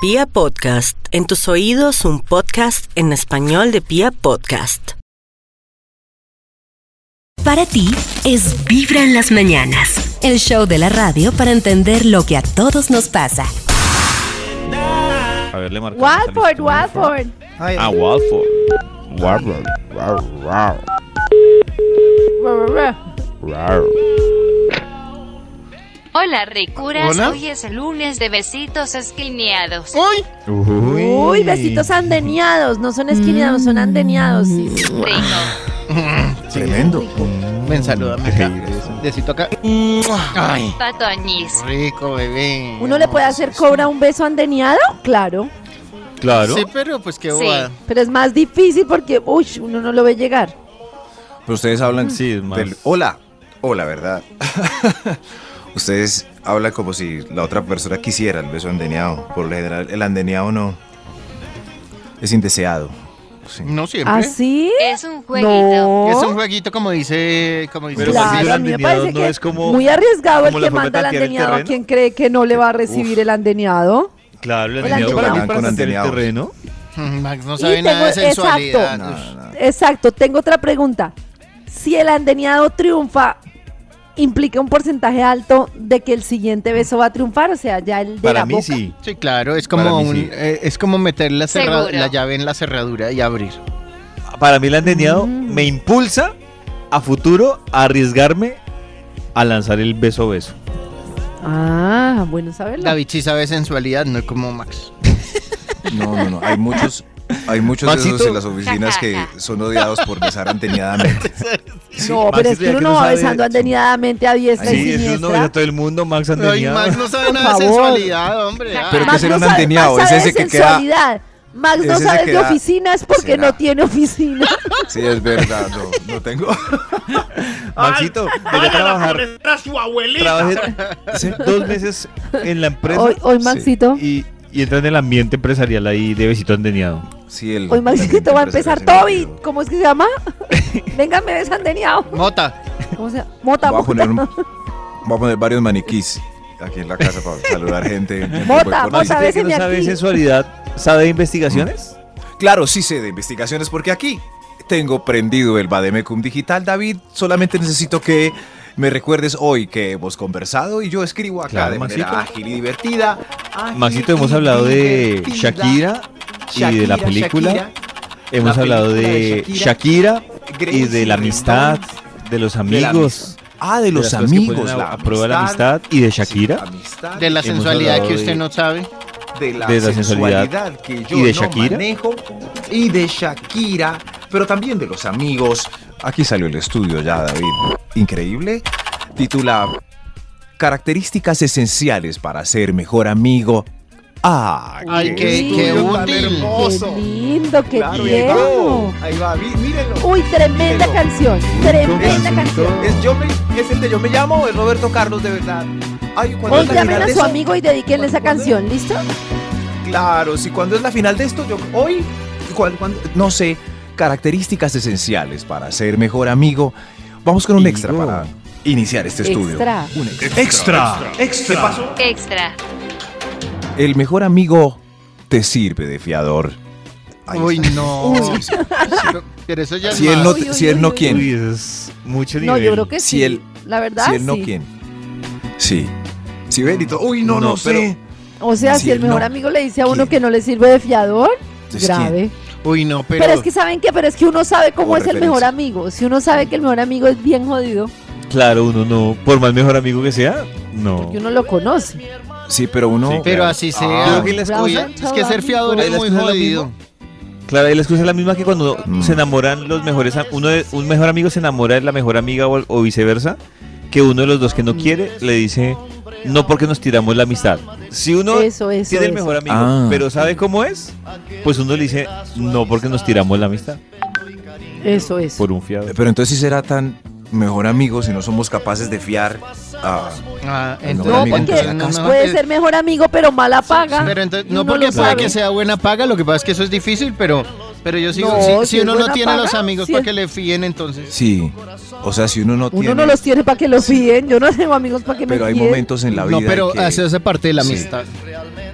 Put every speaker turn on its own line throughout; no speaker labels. Pia Podcast, en tus oídos un podcast en español de Pia Podcast.
Para ti es Vibra en las mañanas, el show de la radio para entender lo que a todos nos pasa.
A ver, le marcamos a
Walford,
Mr.
Walford.
Ay,
Ah, Walford.
Warble, wow, wow,
Ruh, ruh, ruh.
wow.
Hola Ricuras,
Hola.
hoy es el lunes de besitos esquineados.
¡Uy!
Uy.
Uy, besitos andeniados. No son esquineados, son andeniados.
Mm.
Sí, sí.
Rico.
Tremendo. Ven, salúdame acá. Besito acá. Ay,
Pato Añiz.
rico, bebé.
¿Uno le puede hacer cobra un beso andeniado? Claro.
Claro.
Sí, pero pues qué
Sí.
bobada.
Pero es más difícil porque, uy, uno no lo ve llegar.
Pero ustedes hablan sí, es más.
Del- hola, hola, ¿verdad? Ustedes hablan como si la otra persona quisiera el beso andeneado. Por lo general, el andeneado no. Es indeseado. Sí.
No siempre.
¿Ah, ¿Así?
Es un Eh, jueguito.
Es un
No.
jueguito como dice, como dice
Pero
Juan
si
Claro,
el
a
Gabriel.
mí me
andeniado
parece
no
que
es como-
muy arriesgado el
como
que
la forma de
manda al
tantear el
andeniado.
terreno.
¿Quién cree que no le va a recibir el andeniado?
Claro, el
Hola,
andeneado
Nicolás.
para mí es para
Con
hacer el
andeneados.
terreno.
Mm, Max no
Y
sabe nada de
tengo- exacto.
sensualidad.
No,
Ush.
no, no.
Exacto, tengo otra pregunta. Si el andeniado triunfa, implica un porcentaje alto de que el siguiente beso va a triunfar, o sea, ya el de
Para
la
mí
boca.
sí.
Sí, claro, es como
Para mí
un,
sí.
eh, es como meter la, cerra-
Seguro.
la llave en la cerradura y abrir.
Para mí el andeneado
Mm.
me impulsa a futuro a arriesgarme a lanzar el beso beso.
Ah, bueno saberlo.
David sí sabe sensualidad, no como Max.
No, no, no. Hay muchos, hay muchos de
Maxito.
esos en las oficinas que son odiados por besar andeneadamente.
no, pero
Maxi
es que
ya
uno
que
no
no
va
sabe-
besando andeniadamente a diestra y
Sí, eso es novia
siniestra.
de todo el mundo, Max
Ay,
andeneado.
Max no sabe
Por
nada de
favor.
sensualidad, hombre. Ah.
Pero- que será un
sabe-
andeniado,
Max
es
sabe
ese
de
que queda-
sensualidad. Max
es
no
ese
sabe
que
de
da-
oficinas porque
será.
no tiene oficina.
Sí, es verdad. No, no tengo.
Maxito, debería trabajar. Trabajé dos meses en la empresa
Hoy, hoy Maxito,
y, y entra en el ambiente empresarial ahí de besito andeneado.
Sí, el,
hoy Maxito
el
va a empezar.
empresario se
Toby,
me olvidó.
¿cómo es que se llama? Venga, me ves andeniado.
Mota,
¿Cómo se llama? Mota,
Voy a,
mota.
poner, un- voy a poner varios maniquís aquí en la casa para saludar gente. pues gente
Mota,
por- por-
mota,
Maxito,
béseme
que no sabe
aquí.
sensualidad, sabe de investigaciones.
Claro, sí sé de investigaciones porque aquí tengo prendido el Bademecum Digital, David. Solamente necesito que me recuerdes hoy que hemos conversado y yo escribo acá
Claro,
de manera
Maxito.
ágil y divertida. Ágil
Maxito,
y
hemos hablado de
divertida.
Shakira y de la
Shakira,
película.
Shakira,
Hemos
La
hablado
película
de
de
Shakira, y
Gracie
de la amistad,
Rendón,
de los
de la
amigos.
amistad. ah, de los
las cosas que
amigos.
ponen a, a prueba la amistad y de Shakira.
sí, amistad,
de la
Hemos
sensualidad
hablado
que
de-
usted no sabe.
de la,
de la sensualidad.
sensualidad, que yo
Y de
no
Shakira.
manejo y de Shakira, pero también de los amigos. Aquí salió el estudio ya, David. Increíble. Titula Características esenciales para ser mejor amigo. Ah,
Ay, qué-
qué
estudio tan
útil.
Qué
hermoso.
lindo, qué
Claro, y ahí va.
tierno.
Ahí va, vi- mírenlo.
Uy, tremenda
Mírenlo.
canción, tremenda canción.
Es, yo me, es el de Yo Me Llamo, es Roberto Carlos, de verdad. Ay, cuando
Hoy
es la
llamen
final
a
de
su
eso-
amigo y dedíquenle esa canción, ¿listo?
Claro, si cuando es la final de esto, yo hoy, cuan- cuando- no sé, características esenciales para ser mejor amigo. Vamos con un
Higo.
extra para iniciar este estudio.
Extra.
Un extra. extra. ¿Qué pasó?
Extra.
El mejor amigo te sirve de fiador. Ahí
Uy,
está.
no.
Sí, sí.
Pero- Pero eso ya es
Si él no,
más.
Uy, uy,
si él
uy,
no
uy,
quién,
Uy, eso es mucho nivel.
No, yo creo que
Si
sí.
él-
la verdad,
si él no
sí.
quién. Sí. Si ven y todo. Uy, no, no,
No, pero-
sé.
O sea,
Si
si el
él
mejor
no,
amigo le dice a uno
¿quién?
que no le sirve de fiador,
Entonces, ¿quién?
grave.
Uy, no,
Pero,
pero.
es que saben que, pero es que uno sabe cómo
Como
es el mejor
referencia.
amigo. Si uno sabe que el mejor amigo es bien jodido,
Claro, uno no, por más mejor amigo que sea, no.
porque uno lo conoce.
Sí, pero uno.
Sí,
Pero
Claro.
así
Pero
sea.
que la excusa-
Oye, es que ser fiador
Ahí
es
la
muy
excusa es lo
jodido.
Claro, y la excusa es la misma que cuando
Mm.
se enamoran los mejores, am- uno de- un mejor amigo se enamora de la mejor amiga o, o viceversa, que uno de los dos que no quiere le dice no porque nos tiramos la amistad. Si uno
eso, eso.
tiene el
eso.
mejor amigo,
Ah.
pero sabe cómo es, pues uno le dice no porque nos tiramos la amistad
Eso, eso.
por un fiado.
Pero entonces sí será tan mejor amigo si no somos capaces de fiar a
Ah,
No,
entonces-
No,
amigo,
porque
entonces la casa.
puede ser mejor amigo, pero mala paga.
Eh, Pero entonces,
y
no
uno
porque
lo
pueda
sabe.
que sea buena paga, lo que pasa es que eso es difícil, pero, pero yo sigo,
No,
si,
si
si
es
uno no
buena
tiene
paga,
los amigos
si
para
es-
que le fíen, entonces...
Sí. O sea, si uno no tiene.
Uno no los tiene para que lo fíen. Yo no tengo amigos para que me
pero hay
fíen.
momentos en la vida.
no, pero ah,
en que-
hace hace parte de la
Sí.
amistad.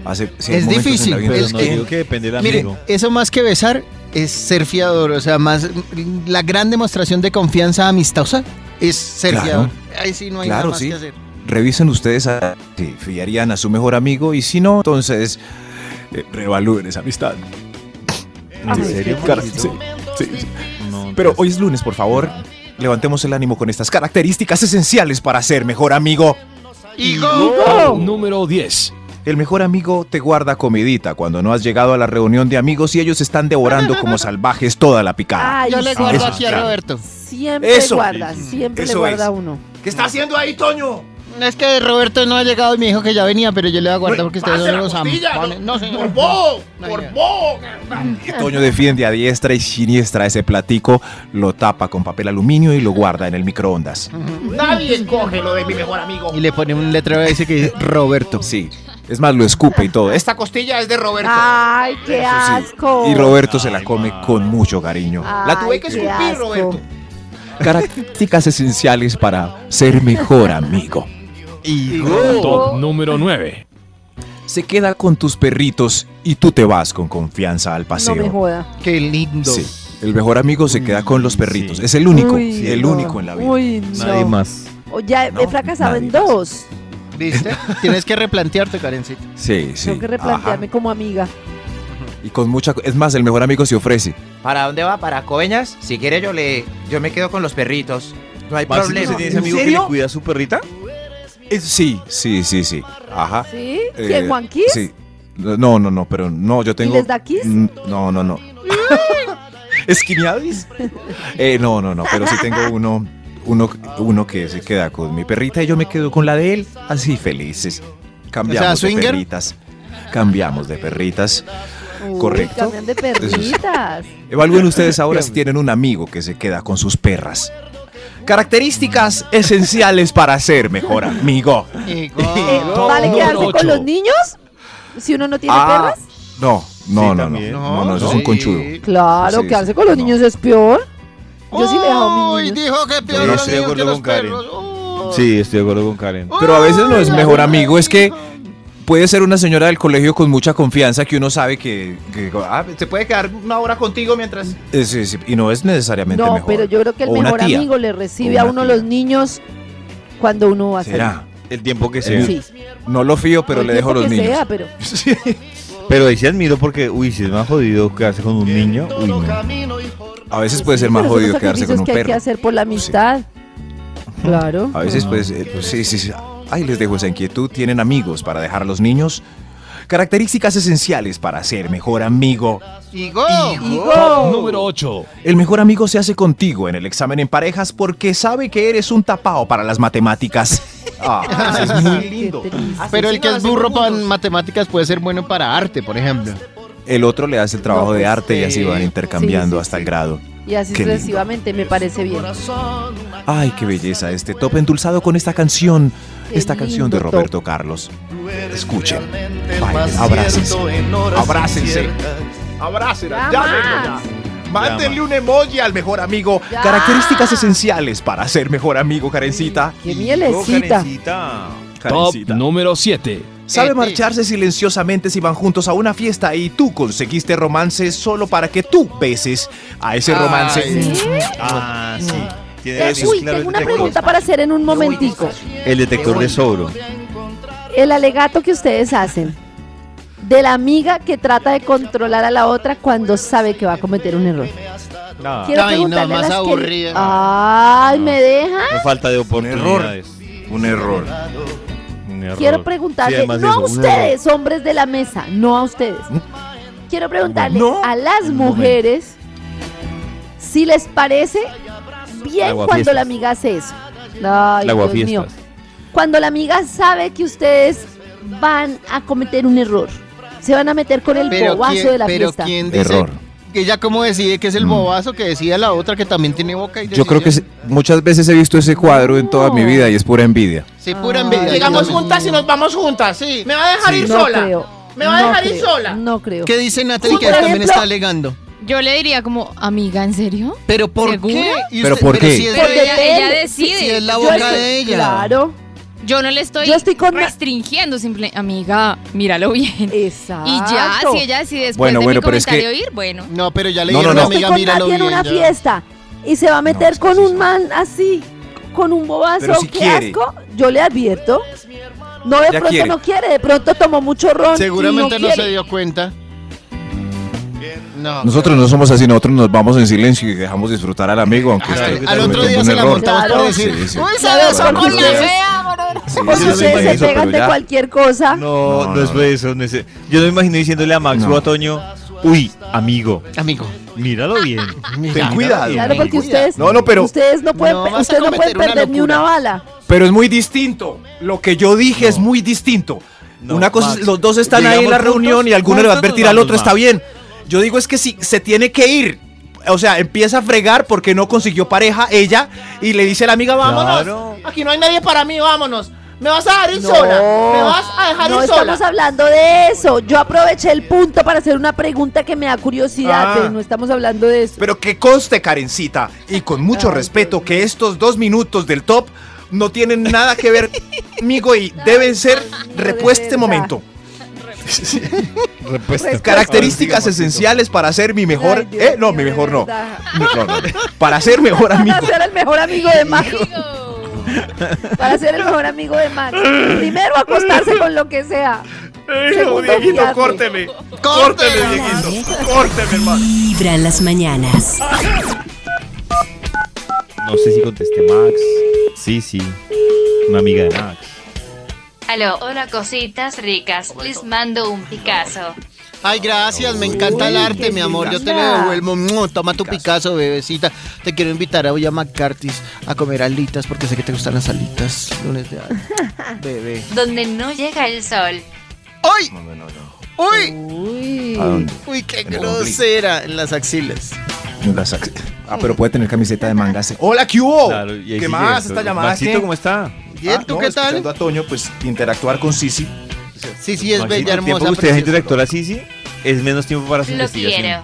Hace- sí,
Es
hay momentos en
difícil,
la vida
pero
en
Pero
los
no
que-
digo que depende del
Mire,
amigo.
eso más que besar es ser fiador, o sea, más la gran demostración de confianza amistosa es ser
Claro.
fiador. Ahí sí no hay
Claro,
nada más
sí.
que hacer.
revisen ustedes a- si fiarían a su mejor amigo y si no, entonces eh, reevalúen esa amistad. ah,
Ay,
¿En serio?
Cara- sí, sí, sí. Pero hoy es lunes, por favor. Levantemos el ánimo con estas características esenciales para ser mejor amigo.
Número 10.
El mejor amigo te guarda comidita cuando no has llegado a la reunión de amigos y ellos están devorando como salvajes toda la picada.
Ay,
Yo le
sí.
guardo
eso es
aquí a
claro.
Roberto.
Siempre
Eso.
guarda, siempre le
Eso
guarda
es.
uno.
¿Qué está haciendo ahí, Toño?
Es que Roberto no ha llegado y me dijo que ya venía, pero yo le voy a guardar porque ustedes
Pues, Pase
no
la
los aman.
costilla,
Vale,
no,
No, señor.
por bobo,
No,
por
ya.
bobo.
Y Toño defiende a diestra y siniestra ese platico, lo tapa con papel aluminio y lo guarda en el microondas.
Nadie coge lo de mi mejor amigo.
Y le pone un letrero y dice que dice Roberto.
Sí, es más, lo escupe y todo. Esta
Esta costilla es de Roberto.
Ay, qué
Eso sí.
asco.
Y Roberto se la come con mucho cariño.
La tuve que
Ay, qué
escupir,
asco.
Roberto.
Características esenciales para ser mejor amigo.
Top número 9.
Se queda con tus perritos y tú te vas con confianza al
No me
paseo.
joda.
Qué lindo.
sí, el mejor amigo se queda con los perritos.
sí.
Es el único,
Uy,
el
no.
único en la vida.
Uy, no.
Nadie más.
O ya
No,
he fracasado en
nadie más.
dos.
¿Viste? Tienes que replantearte, Karencita.
Sí, sí.
Tengo que replantearme
ajá.
como amiga.
Y con mucha, es más, el mejor amigo se ofrece.
¿Para dónde va? ¿Para Coveñas? Si quiere yo le... Yo me quedo con los perritos. No hay
Maxito,
problema.
¿usted tiene ese
¿En
amigo que
serio?
le cuida a su perrita?
Es- sí, sí, sí, sí. Ajá.
¿Sí?
Eh,
¿Quién, Juan Kiss?
Sí. No, no, no, pero no, yo tengo.
les da kiss?
Mm, No, no, no. ¿Esquineadis? Eh, no, no, no, pero sí tengo uno, uno, uno que se queda con mi perrita y yo me quedo con la de él, así felices. Cambiamos
O sea,
de
swinger.
perritas. Cambiamos de perritas.
Uy,
correcto.
Cambian de perritas.
Evalúen ustedes ahora si tienen un amigo que se queda con sus perras. Características esenciales para ser mejor amigo.
Eh,
No,
¿Vale
número
quedarse
ocho.
con los niños? Si uno no tiene
Ah,
perras.
No, no, no, no,
también.
no, no, eso es un
sí.
conchudo.
Claro,
sí,
quedarse
sí,
con los
no.
niños es peor. Yo sí le dejo a mi
Uy,
niño.
dijo que peor
Yo
los
estoy de
niños que
acuerdo
los
con Karen.
perros. Uy.
Sí, estoy de acuerdo con Karen.
Pero a veces no es
Ay,
mejor
ay,
amigo, es que
hijo.
puede ser una señora del colegio con mucha confianza que uno sabe que... que- ah,
Se puede quedar una hora contigo mientras...
eh, sí, sí, y no es necesariamente
No,
mejor.
pero yo creo que el
O una
mejor
tía.
amigo le recibe
O
a
una
uno
tía.
los niños cuando uno va a salir.
¿Será?
El tiempo que sea.
Sí.
No lo fío, pero
El
le dejo
tiempo
los
que
niños.
sea, pero
Pero ahí sí admiro porque, uy, si es más jodido quedarse con un niño. Uy, no.
A veces puede ser
Sí,
más
pero son los
jodido quedarse con
sacrificios
un
que hay que
perro.
hacer por la amistad. Claro.
A veces pues, eh, pues, sí, sí, sí. Ahí les dejo esa inquietud. ¿Tienen amigos para dejar a los niños? Características esenciales para ser mejor amigo.
Higo.
Top número 8.
El mejor amigo se hace contigo en el examen en parejas porque sabe que eres un tapao para las matemáticas. Ah, eso es muy lindo.
Qué triste.
Pero el que es burro para matemáticas puede ser bueno para arte, por ejemplo.
El otro le hace el trabajo
No, pues,
de arte y así
sí.
van
Sí,
intercambiando
sí,
hasta el
sí.
grado.
Y así
Qué lindo.
sucesivamente me parece bien.
Ay, qué belleza este top endulzado con esta canción,
Qué
esta canción de
lindo
Roberto Carlos. Escuchen, bailen, abrácense, abrácense.
Abrácela,
Ya
llámenlo
más.
ya. Mándenle un emoji al mejor amigo.
Ya.
Características esenciales para ser mejor amigo, Karencita.
Qué mielecita.
Top
Karencita.
número 7.
Sabe
Eti.
marcharse silenciosamente si van juntos a una fiesta y tú conseguiste romance solo para que tú beses a ese
Ay.
romance.
Ah, sí. Tiene
Eh,
varios,
uy,
claro,
tengo una
detector.
pregunta para hacer en un momentico.
El detector de sobro.
El alegato que ustedes hacen de la amiga que trata de controlar a la otra cuando sabe que va a cometer un error.
Ah.
Quiero
Ay, no,
preguntarle a
más
las que-
aburrida.
Ay, ¿me deja?
No falta de oportunidades.
Un error.
Un error.
Quiero preguntarle,
Sí, además de
no a
eso, un error. ¿Mm?
ustedes, hombres de la mesa, no a ustedes. Quiero preguntarle a las mujeres si les parece
La
bien cuando
guafiestas.
la amiga hace eso. Ay,
La
Dios mío.
guafiestas.
Cuando la amiga sabe que ustedes van a cometer un error, se van a meter con el bobazo
quién,
de la
pero
fiesta.
quién dice
Error.
que ella cómo decide que es el
Mm.
bobazo que decide la otra que también tiene boca y
Yo creo que se-
decisión?
muchas veces he visto ese cuadro en toda mi vida y es pura envidia.
sí pura
Ah.
envidia.
Llegamos
Yo me-
juntas y nos vamos juntas, sí. Me va a dejar ir
No
sola.
creo.
Me va a
no
dejar ir
creo,
sola.
No creo.
¿Qué dice Natalie
Sí,
que
por
también
ejemplo-
está alegando?
Yo le diría como, amiga, ¿en serio?
Pero ¿por
¿Seguro?
qué? Y
¿Pero por qué?
si es
Pero
de-
ella, ella
depende.
decide.
si es la
Yo
boca
estoy-
de ella.
Claro.
Yo no le estoy,
Yo estoy con-
restringiendo, simple, amiga, míralo bien.
Exacto.
Y ya, si ella decide después
Bueno,
de
bueno,
mi
pero es
comentario
que-
ir, bueno.
No, pero ya le
No,
dieron
no,
a
no.
amiga,
Estoy Este con
míralo
Nati en
bien,
una
ya.
fiesta y se va a meter con un man así, con un bobazo,
Pero si
qué
quiere.
asco, yo le advierto. No, de
Ya
pronto
quiere.
no quiere, de pronto tomó mucho ron. y
Seguramente no, se
quiere.
dio cuenta. No.
Nosotros no somos así, nosotros nos vamos en silencio y dejamos disfrutar al amigo,
Al-
aunque esté
al otro día
cometiendo un
se la
error.
montamos por
Claro.
decir,
Sí, sí.
"Uy,
se besó
Claro,
con la
ustedes-
Sí,
Pues
sí, ustedes
sí,
se
eso,
pegan
pero
de
ya.
cualquier cosa.
No, no, es por eso. no es- Yo no me imagino diciéndole a Max o a Toño, uy, amigo.
Amigo.
Míralo bien.
Ten cuidado.
Claro, porque ustedes
No, no, pero-
ustedes no pueden,
No vas a
ustedes no pueden
cometer una
perder ni una
locura.
bala.
Pero es muy distinto. Lo que yo dije es muy distinto. Una cosa, es-
Max.
los dos están ahí en la
Llegamos juntos,
reunión y alguno le va a
juntos
advertir
nos
al
vamos,
otro, está
Max.
bien. Yo digo es que si se tiene que ir. O sea, empieza a fregar porque no consiguió pareja ella y le dice a la amiga, vámonos.
Claro.
Aquí no hay nadie para mí, vámonos. Me vas a dejar ir
No.
sola. Me vas a dejar
No
ir sola.
estamos hablando de eso. Yo aproveché el punto para hacer una pregunta que me da curiosidad.
Ah.
pero No estamos hablando de eso.
Pero que conste, Karencita, y con mucho respeto, que estos dos minutos del top no tienen nada que ver conmigo y deben ser repuestos este momento.
Repuesto.
Características esenciales para ser mi mejor. eh, no, mi mejor no. No, no, no. Para ser mejor amigo.
Para ser el mejor amigo de Max. Para ser el mejor amigo de Max. Primero acostarse con lo que sea. Segundo, fiarse.
córteme. Córteme, Dieguito. Córteme, hermano.
Vibra en las mañanas.
No sé si contesté Max. Sí, sí. Una amiga de Max.
Aló, hola cositas ricas. Les mando un Picasso.
Ay, gracias, me encanta el arte, mi amor. Yo te lo
linda.
devuelvo. Mua, Toma tu Picasso, bebecita. Te quiero invitar a Olla McCarthy's a comer alitas porque sé que te gustan las alitas. Lunes de Bebé.
Donde no llega el sol.
¡Ay!
¡Uy!
¿A dónde?
Uy, qué
En el
grosera. En las axilas.
Las ac- Ah, pero puede tener camiseta de manga. se- Hola, ¿qué hubo?
Claro, y ahí
¿Qué
sí
más?
llegas.
Esta llamada.
Maxito,
¿qué?
¿cómo está?
Bien,
Ah,
¿tú qué tal?
escuchando a Toño, pues interactuar con Sisi.
Sí, sí, es
Maxito,
bella,
el tiempo
hermosa.
que usted es
preciosa.
director así, sí, es menos tiempo para su
Lo
investigación.
quiero.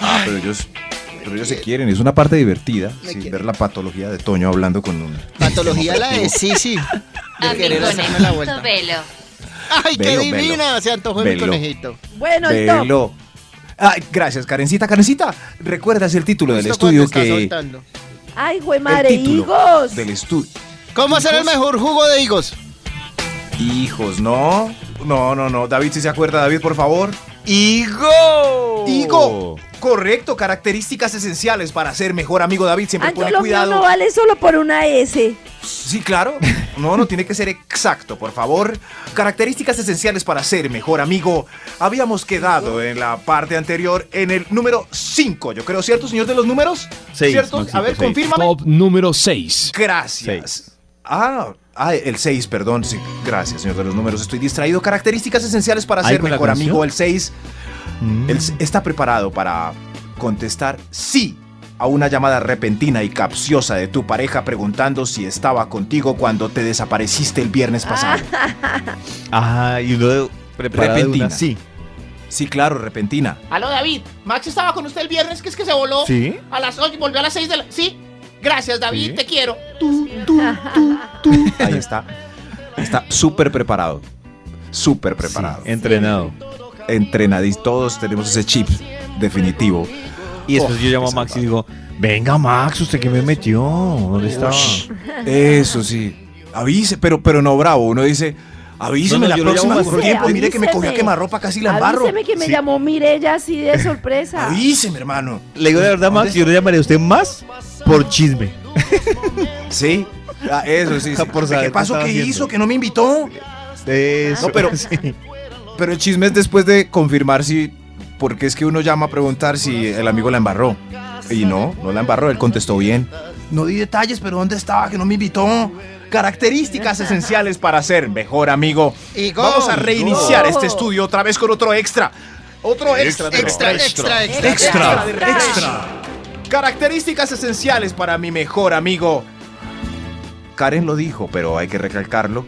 Ah, pero ellos, pero ellos se quieren. Es una parte divertida. sí, ver la patología de Toño hablando con un.
Patología la de Sisi. De querer
Amigo
hacerme la
Necesito
vuelta.
velo.
¡Ay, qué
Velo,
divina!
velo.
Se antojó mi
Velo.
conejito.
Bueno, el top.
Velo. Ay, gracias, Karencita. Karencita, ¿recuerdas el título del
Justo
estudio
cuando está
que.
soltando.
Ay, güey,
El
madre,
título
higos.
del estudio.
¿Cómo hacer el mejor jugo de higos?
Hijos, no. No, no, no. David, si se acuerda, David, por favor.
Oh.
Higo.
Higo. Correcto, características esenciales para ser mejor amigo David. Siempre
Ay, yo
pone
lo mío
cuidado.
no vale solo por una S.
Sí, claro. No, no tiene que ser exacto, por favor. Características esenciales para ser mejor amigo. Habíamos quedado en la parte anterior en el número 5, yo creo, ¿cierto, señor de los números?
Seis,
¿Cierto?
Maxito,
A ver,
seis.
confírmame.
Top número 6.
Gracias. Ah, ah, el 6, perdón. Sí, gracias, señor de los números. Estoy distraído. Características esenciales para
¿Ay,
ser
con la
mejor
canción?
amigo. El 6
Mm.
está preparado para contestar sí a una llamada repentina y capciosa de tu pareja preguntando si estaba contigo cuando te desapareciste el viernes pasado.
Ah, y uno de- preparado de
repentina.
una, sí.
Sí, claro, repentina.
Ah.
Aló, David. Max estaba con usted el viernes, que es que se voló.
¿Sí?
A las 8, volvió a las 6 de la. Sí. Gracias, David,
Sí.
te quiero.
Ahí está. Está súper preparado. Súper preparado.
Entrenado.
Entrenadís. Todos tenemos ese chip definitivo.
Y después
Oh,
yo llamo a Max y digo, venga Max, ¿usted qué me metió? ¿Dónde estaba?
Ush, Ah. Eso sí. Avise, pero, pero no bravo. Uno dice,
No,
avíseme
no, yo
la
lo llamo
próxima
más
con tiempo. Mire que me cogió a
avíseme.
quemarropa, casi la embarro.
Avíseme que me
Sí.
llamó Mirella así de sorpresa.
Avíseme, hermano.
Le digo la verdad, Max, yo le llamaré a usted más por chisme.
Sí. Ah, eso sí. sí.
Por
¿De
saber
¿Qué
qué
pasó?
estaba
¿Qué
haciendo.
hizo? ¿Que no me invitó?
Eso.
No, pero- Pero el chisme es después de confirmar si. Porque es que uno llama a preguntar si el amigo la embarró. Y no, no la embarró, él contestó bien. No di detalles, pero ¿dónde estaba? Que no me invitó. Características esenciales para ser mejor amigo.
Higo.
Vamos a reiniciar
Higo.
este estudio otra vez con otro extra. Otro extra. de
Extra,
los-
extra, extra,
Extra.
extra.
Características esenciales para mi mejor amigo. Karen lo dijo, pero hay que recalcarlo.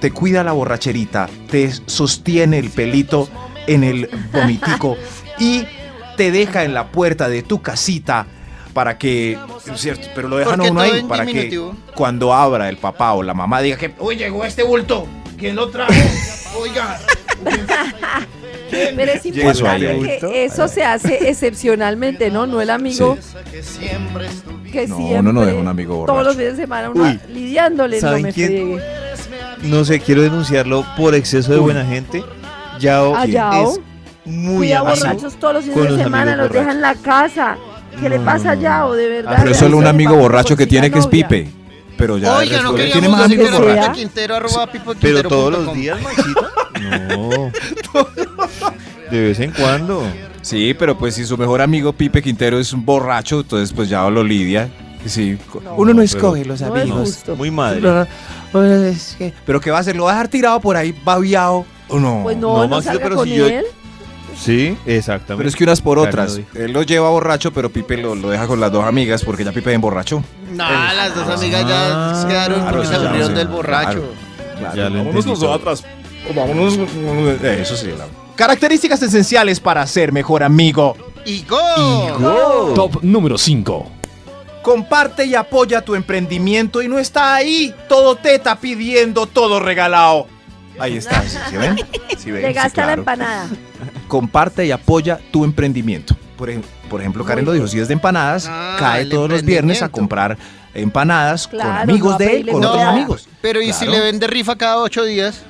Te cuida la borracherita, te sostiene el pelito en el vomitico y te deja en la puerta de tu casita para que, es cierto, pero lo dejan a
Porque
uno
todo
ahí
en
para que
diminutivo.
cuando abra el papá o la mamá diga que
Uy, llegó este bulto. ¿Quién lo trajo? Oiga.
Pero es
Y eso
importante
ahí, ahí.
que eso se hace excepcionalmente, ¿no? No el amigo que
No,
siempre
uno no deja un amigo borracho.
todos los fines de semana uno
Uy.
lidiándole no
¿Saben
me
quién?
friegue.
No sé, quiero denunciarlo por exceso de buena gente. Yao
A Yao.
es muy
Cuida
amable
borrachos todos los
con
fines
los
de semana,
amigos
los deja en la casa. ¿Qué le pasa a Yao? De verdad.
Pero es solo un
Yao se
amigo
pasa
borracho
por
que
si
tiene
la
que es
novia.
Pipe. Pero ya
Oiga, no queríamos
después- tiene más
decir
amigos
que era
borrachos.
Pipe Quintero, arroba Pipo
Pero
Quintero
todos
punto
los
com.
días, Maxito. No. De vez en cuando.
Sí, pero pues si su mejor amigo Pipe Quintero es un borracho, entonces pues ya lo lidia. Sí. Uno no escoge los
No es
amigos.
justo.
Muy madre.
No, no, es que- Pero ¿qué va a hacer? ¿Lo va a dejar tirado por ahí, babiado? ¿O no?
Pues
No,
no, no,
Maxito,
salga
pero
con
si yo-
él.
Sí, exactamente.
Pero es que unas por
Ya lo
otras.
dijo.
Él lo lleva borracho, pero Pipe lo, lo deja con las dos amigas porque ya Pipe emborrachó.
No, las dos amigas ya se quedaron
Eh, ah, Claro,
porque se
sí, ya,
aburrieron
sí,
del
claro.
borracho.
Claro,
Ya lo
vámonos
entendí todo.
nosotras. O vámonos- vámonos- eh, Eso sí. la- Características esenciales para ser mejor amigo.
¡Y go!
Top número 5.
Comparte y apoya tu emprendimiento y no está ahí todo teta pidiendo todo regalado. Ahí está, ¿sí, sí ven? Sí ven,
Le
sí,
gasta la
claro.
empanada.
Comparte y apoya tu emprendimiento. Por, ej- por ejemplo, Karen lo dijo, si es de empanadas,
Ah,
cae
el
todos los viernes a
emprendimiento. comprar
comprar empanadas
Claro,
con amigos
no pues, va a
de él,
pedirle
con otros
nada.
amigos.
Pero ¿y si
Claro.
le vende rifa cada ocho días?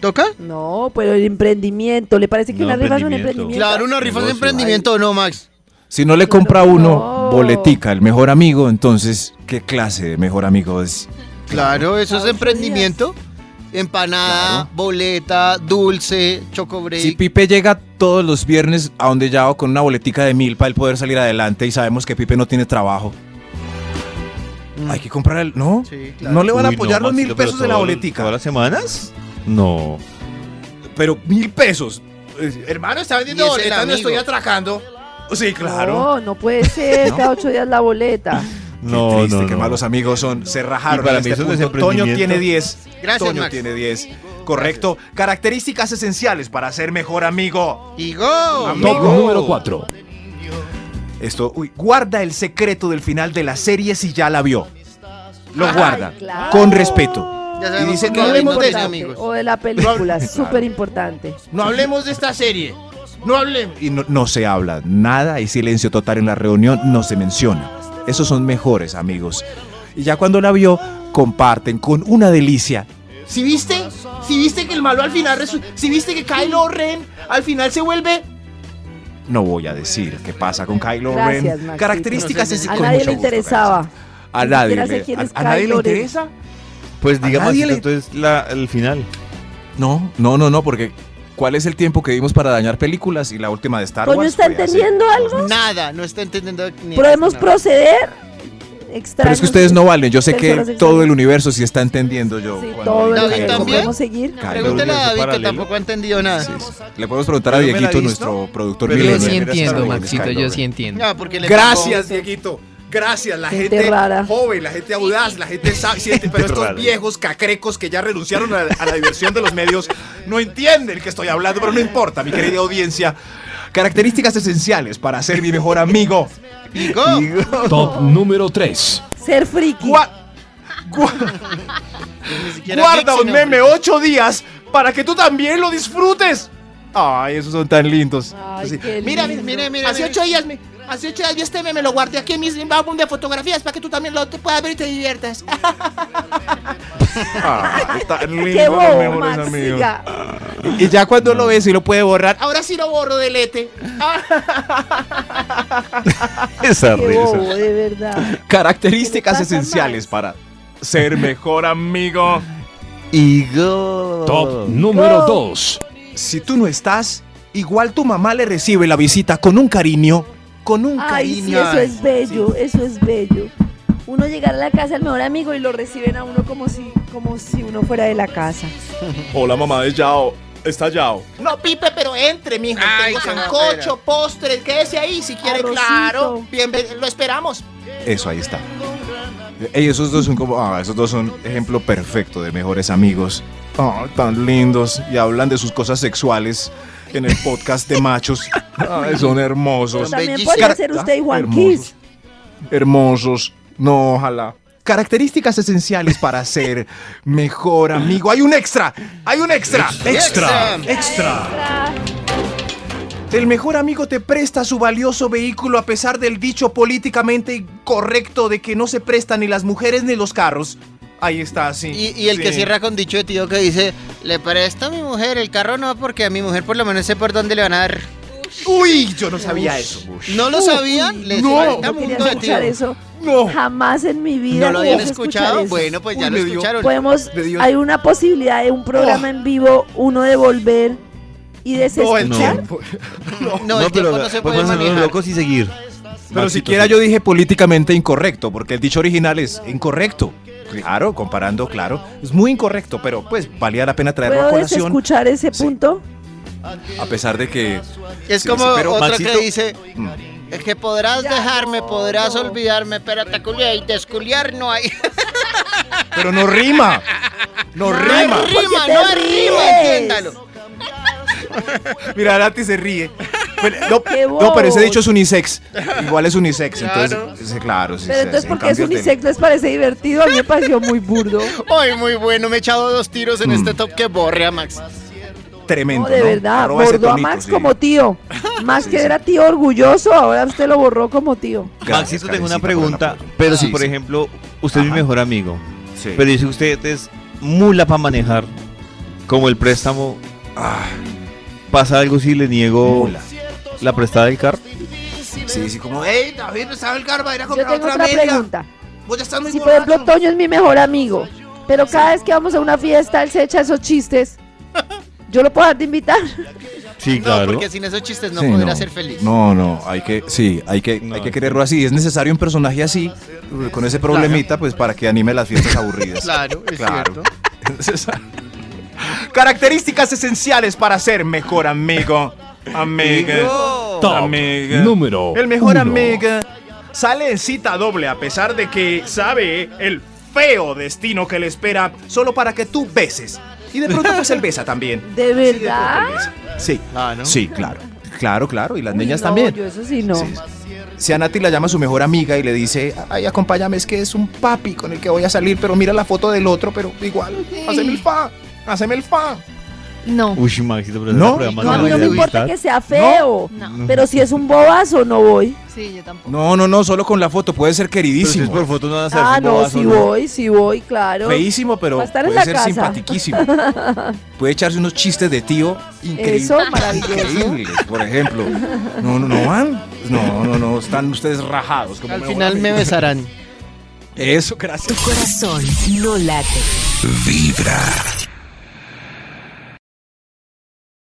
¿Toca?
No, pero el emprendimiento. ¿Le parece que
No,
una rifa es un
emprendimiento.
emprendimiento?
Claro, una rifa es de
Negocio.
emprendimiento, no, Max.
Si no le
Claro
compra
que
uno
no.
boletica, el mejor amigo, entonces, ¿qué clase de mejor amigo es?
Claro, eso
Cada
es
ocho
emprendimiento. Empanada, boleta, dulce, chocobreak.
Si Pipe llega todos los viernes a donde Yao con una boletica de mil para él poder salir adelante y sabemos que Pipe no tiene trabajo,
Mm.
hay que comprar el... ¿No?
Sí, claro.
¿No le van a
Uy, no,
apoyar los
Maxito,
mil
pero
pesos de la
todo-
boletica?
¿Todas las semanas? No.
Pero mil pesos. Eh, Hermano, está
Y es el amigo.
atracando. Sí,
Oh.
No, no puede ser
No.
cada ocho días la boleta.
No,
qué triste,
no,
qué
no.
malos amigos son. Se rajaron.
Y para
en
mí
este
eso no es
punto. Toño
emprendimiento.
tiene 10.
Gracias,
Toño
Max.
tiene 10. Correcto. Características esenciales para ser mejor amigo.
¡Y go!
Top número 4.
Esto, uy, guarda el secreto del final de la serie si ya la vio. Lo guarda.
claro.
Con respeto.
Ya sabemos
Y dicen,
que
no
David
hablemos
no
de
tiene
eso,
amigos.
O de la película, súper importante.
No hablemos de esta serie. No hablemos.
Y no, no se habla nada. Hay silencio total en la reunión. No se menciona. Esos son mejores amigos. Y ya cuando la vio, comparten con una delicia
Si viste, si viste que el malo al final resu- si viste que Kylo Ren al final se vuelve
No voy a decir qué pasa con Kylo
Gracias,
Ren.
Maxito.
Características
No sé,
es-
A
con
nadie
mucho
le
gusto,
interesaba.
gracias. A nadie,
siquiera sé
le-
quién
a-
es
a nadie le
Kylo Ren.
interesa.
Pues
¿A
diga, Maxito,
nadie le-
entonces la, el final.
No, no, no, no, porque ¿cuál es el tiempo que dimos para dañar películas y la última de Star
Coño,
Wars?
¿está
fue hace
entendiendo
dos
algo?
meses.
nada, no está entendiendo ni
¿Podemos
nada.
proceder?
Pero es que ustedes no valen. Yo sé que
Personas extrañas.
todo el universo sí está entendiendo yo.
Sí,
cuando
todo
vi
el
David
universo.
Kylo
también.
Ren.
¿Podemos seguir?
Kylo Ren.
Pregúntale a David que
Paralelo.
tampoco ha entendido nada.
Sí, sí. Le podemos preguntar a
Yo me la he
Dieguito,
visto,
nuestro productor
pero
Yo
Milenio,
sí
mira,
entiendo,
Star Wars,
Maxito,
Kylo
yo
Ren.
sí entiendo.
Ah, porque le
Gracias,
pagó.
Dieguito. Gracias, la
Gente
gente
rara.
joven, la gente audaz, la gente sabiente, pero estos
rara.
viejos cacrecos que ya renunciaron a, a la diversión de los medios no entienden que estoy hablando, pero no importa, mi querida audiencia.
Características esenciales para ser mi mejor amigo.
Y go.
Top número 3.
Ser friki.
Gua-
Ni siquiera
guarda
Dixie,
un
no.
meme ocho días para que tú también lo disfrutes.
Ay, esos son tan lindos.
Ay,
Sí.
qué
Mira,
lindo.
mire, mire.
Hace ocho
días me. Hace ocho días vi este meme, lo guardé aquí en mi álbum de fotografías para que tú también lo puedas ver y te diviertas.
Ay, tan
Qué
lindos los
bobo,
mejores
Max.
amigos.
siga.
Y ya cuando lo ves y lo puede borrar,
Ahora sí lo borro del ETE.
Esa
Qué
risa.
bobo, de verdad.
Características
¿Qué le pasa,
esenciales
Max?
para ser mejor amigo.
Top número 2.
Si tú no estás, igual tu mamá le recibe la visita con un cariño. Con un
Ay, sí,
cariño.
eso es bello, eso es bello. Uno llegar a la casa del mejor amigo y lo reciben a uno como si, como si uno fuera de la casa.
Hola, mamá de Yao. Está Yao.
No, Pipe, pero entre, mijo.
Ay,
Tengo
qué
sancocho, postre, quédese ahí si quiere,
Arrocito.
claro. Bienven- lo esperamos.
Eso, ahí está. Ey, esos dos son como. Ah, esos dos son ejemplo perfecto de mejores amigos. Ah, tan lindos. Y hablan de sus cosas sexuales en el podcast de machos. Ay, son hermosos.
También
bellísimas.
podría ser usted y Juan
Hermosos.
Kiss.
hermosos. No, ojalá. Características esenciales para ser mejor amigo. Hay un extra. Hay un extra.
Extra.
Extra. El mejor amigo te presta su valioso vehículo a pesar del dicho políticamente incorrecto de que no se prestan ni las mujeres ni los carros. Ahí está, sí.
Y, y el que
Sí.
cierra con dicho de tío que dice, le presto a mi mujer el carro, no, porque a mi mujer por lo menos sé por dónde le van a dar.
Uy, yo no sabía eso.
¿No lo
Uh,
Uy,
sabían? Les
no.
falta
No quería
mundo de
escuchar
tío.
eso. Jamás en mi vida.
¿No lo habían
hubiese
escuchado?
eso.
Bueno, pues ya Uy, lo me dio- escucharon.
Podemos,
me dio-
hay una posibilidad de un programa en vivo, uno de volver y desescuchar.
No,
No,
el tiempo
pero
no se puede
podemos hacernos
manejar.
locos y seguir.
Pero siquiera yo dije políticamente incorrecto, porque el dicho original es incorrecto. Claro, comparando, claro. Es muy incorrecto, pero pues valía la pena traerlo a
¿Puedo
colación.
desescuchar ese punto?
A pesar de que.
Es
Sí,
como
sí, pero
otro que
Maxito-
dice,
Mm.
es que podrás dejarme, podrás olvidarme, pero taculia y desculiar no hay.
Pero no rima. No rima.
No rima,
Porque
no
te
rima,
ríes.
entiéndalo.
Mira, Nati se ríe. Pero, no,
Qué
no, pero ese
bobos.
dicho es unisex. Igual es unisex.
Claro.
Entonces, ese, claro. sí,
Pero
sí,
entonces,
sí, en
porque es
cambio,
unisex, les parece divertido. A mí me pareció muy burdo.
Ay, muy bueno, me he echado dos tiros
Mm.
en este top que borre a Max.
ten- Tremendo.
No, de
¿no?
verdad,
Arroba ese
borró a
tonito,
Max
sí.
como tío. Max que era tío orgulloso, ahora usted lo borró como tío.
Maxito, tengo una pregunta. Pero si,
Sí,
por
sí.
ejemplo, usted es mi mejor amigo,
Sí.
pero dice que usted es mula para manejar, como el préstamo, ah, ¿pasa algo si le niego la prestada del carro?
Sí, sí, como.
Ey, David, no sabe el carro, va a ir a
Yo
comprar
tengo
otra,
otra
media.
pregunta.
Vos ya estás muy
Si por ejemplo Toño es mi mejor amigo, pero cada vez que vamos a una fiesta él se echa esos chistes, ¿yo lo puedo dar de invitar?
Sí,
claro. No, porque sin esos chistes no
Sí,
podrá
no.
ser feliz.
No, no, hay que, sí, hay que, hay que quererlo así. Es necesario un personaje así, con ese problemita, pues para que anime las fiestas aburridas.
Claro, es cierto.
Es necesario. Características esenciales para ser mejor amigo. Amigo.
Top número
El mejor
uno.
amigo sale en cita doble a pesar de que sabe el feo destino que le espera solo para que tú beses. Y de pronto pues él besa también.
¿De verdad?
Sí,
Ah,
sí, claro. Claro, claro. Y las niñas
No,
también.
yo eso sí no.
Si a Nati la llama su mejor amiga y le dice, ay, acompáñame, es que es un papi con el que voy a salir, pero mira la foto del otro, pero igual, haceme el fa, haceme el fa.
No.
Uy, Maxito, pero
No.
ese programa
No,
A mí no me
debería
importa
estar.
que sea feo,
No.
pero si es un bobazo no voy.
Sí, yo tampoco.
No, no, no, solo con la foto, puede ser queridísimo.
por foto no van a
ser
Ah, no, si voy, si voy, claro.
Feísimo, pero
Va a estar en
puede
la
ser
casa.
simpatiquísimo. Puede echarse unos chistes de tío increíbles.
Eso, maravilloso.
increíbles, por ejemplo. No, no, no van. No, no, no, están ustedes rajados. como
Al
mi
final
mejor
me
amigo.
besarán.
Eso, gracias.
Tu corazón no late.
Vibra.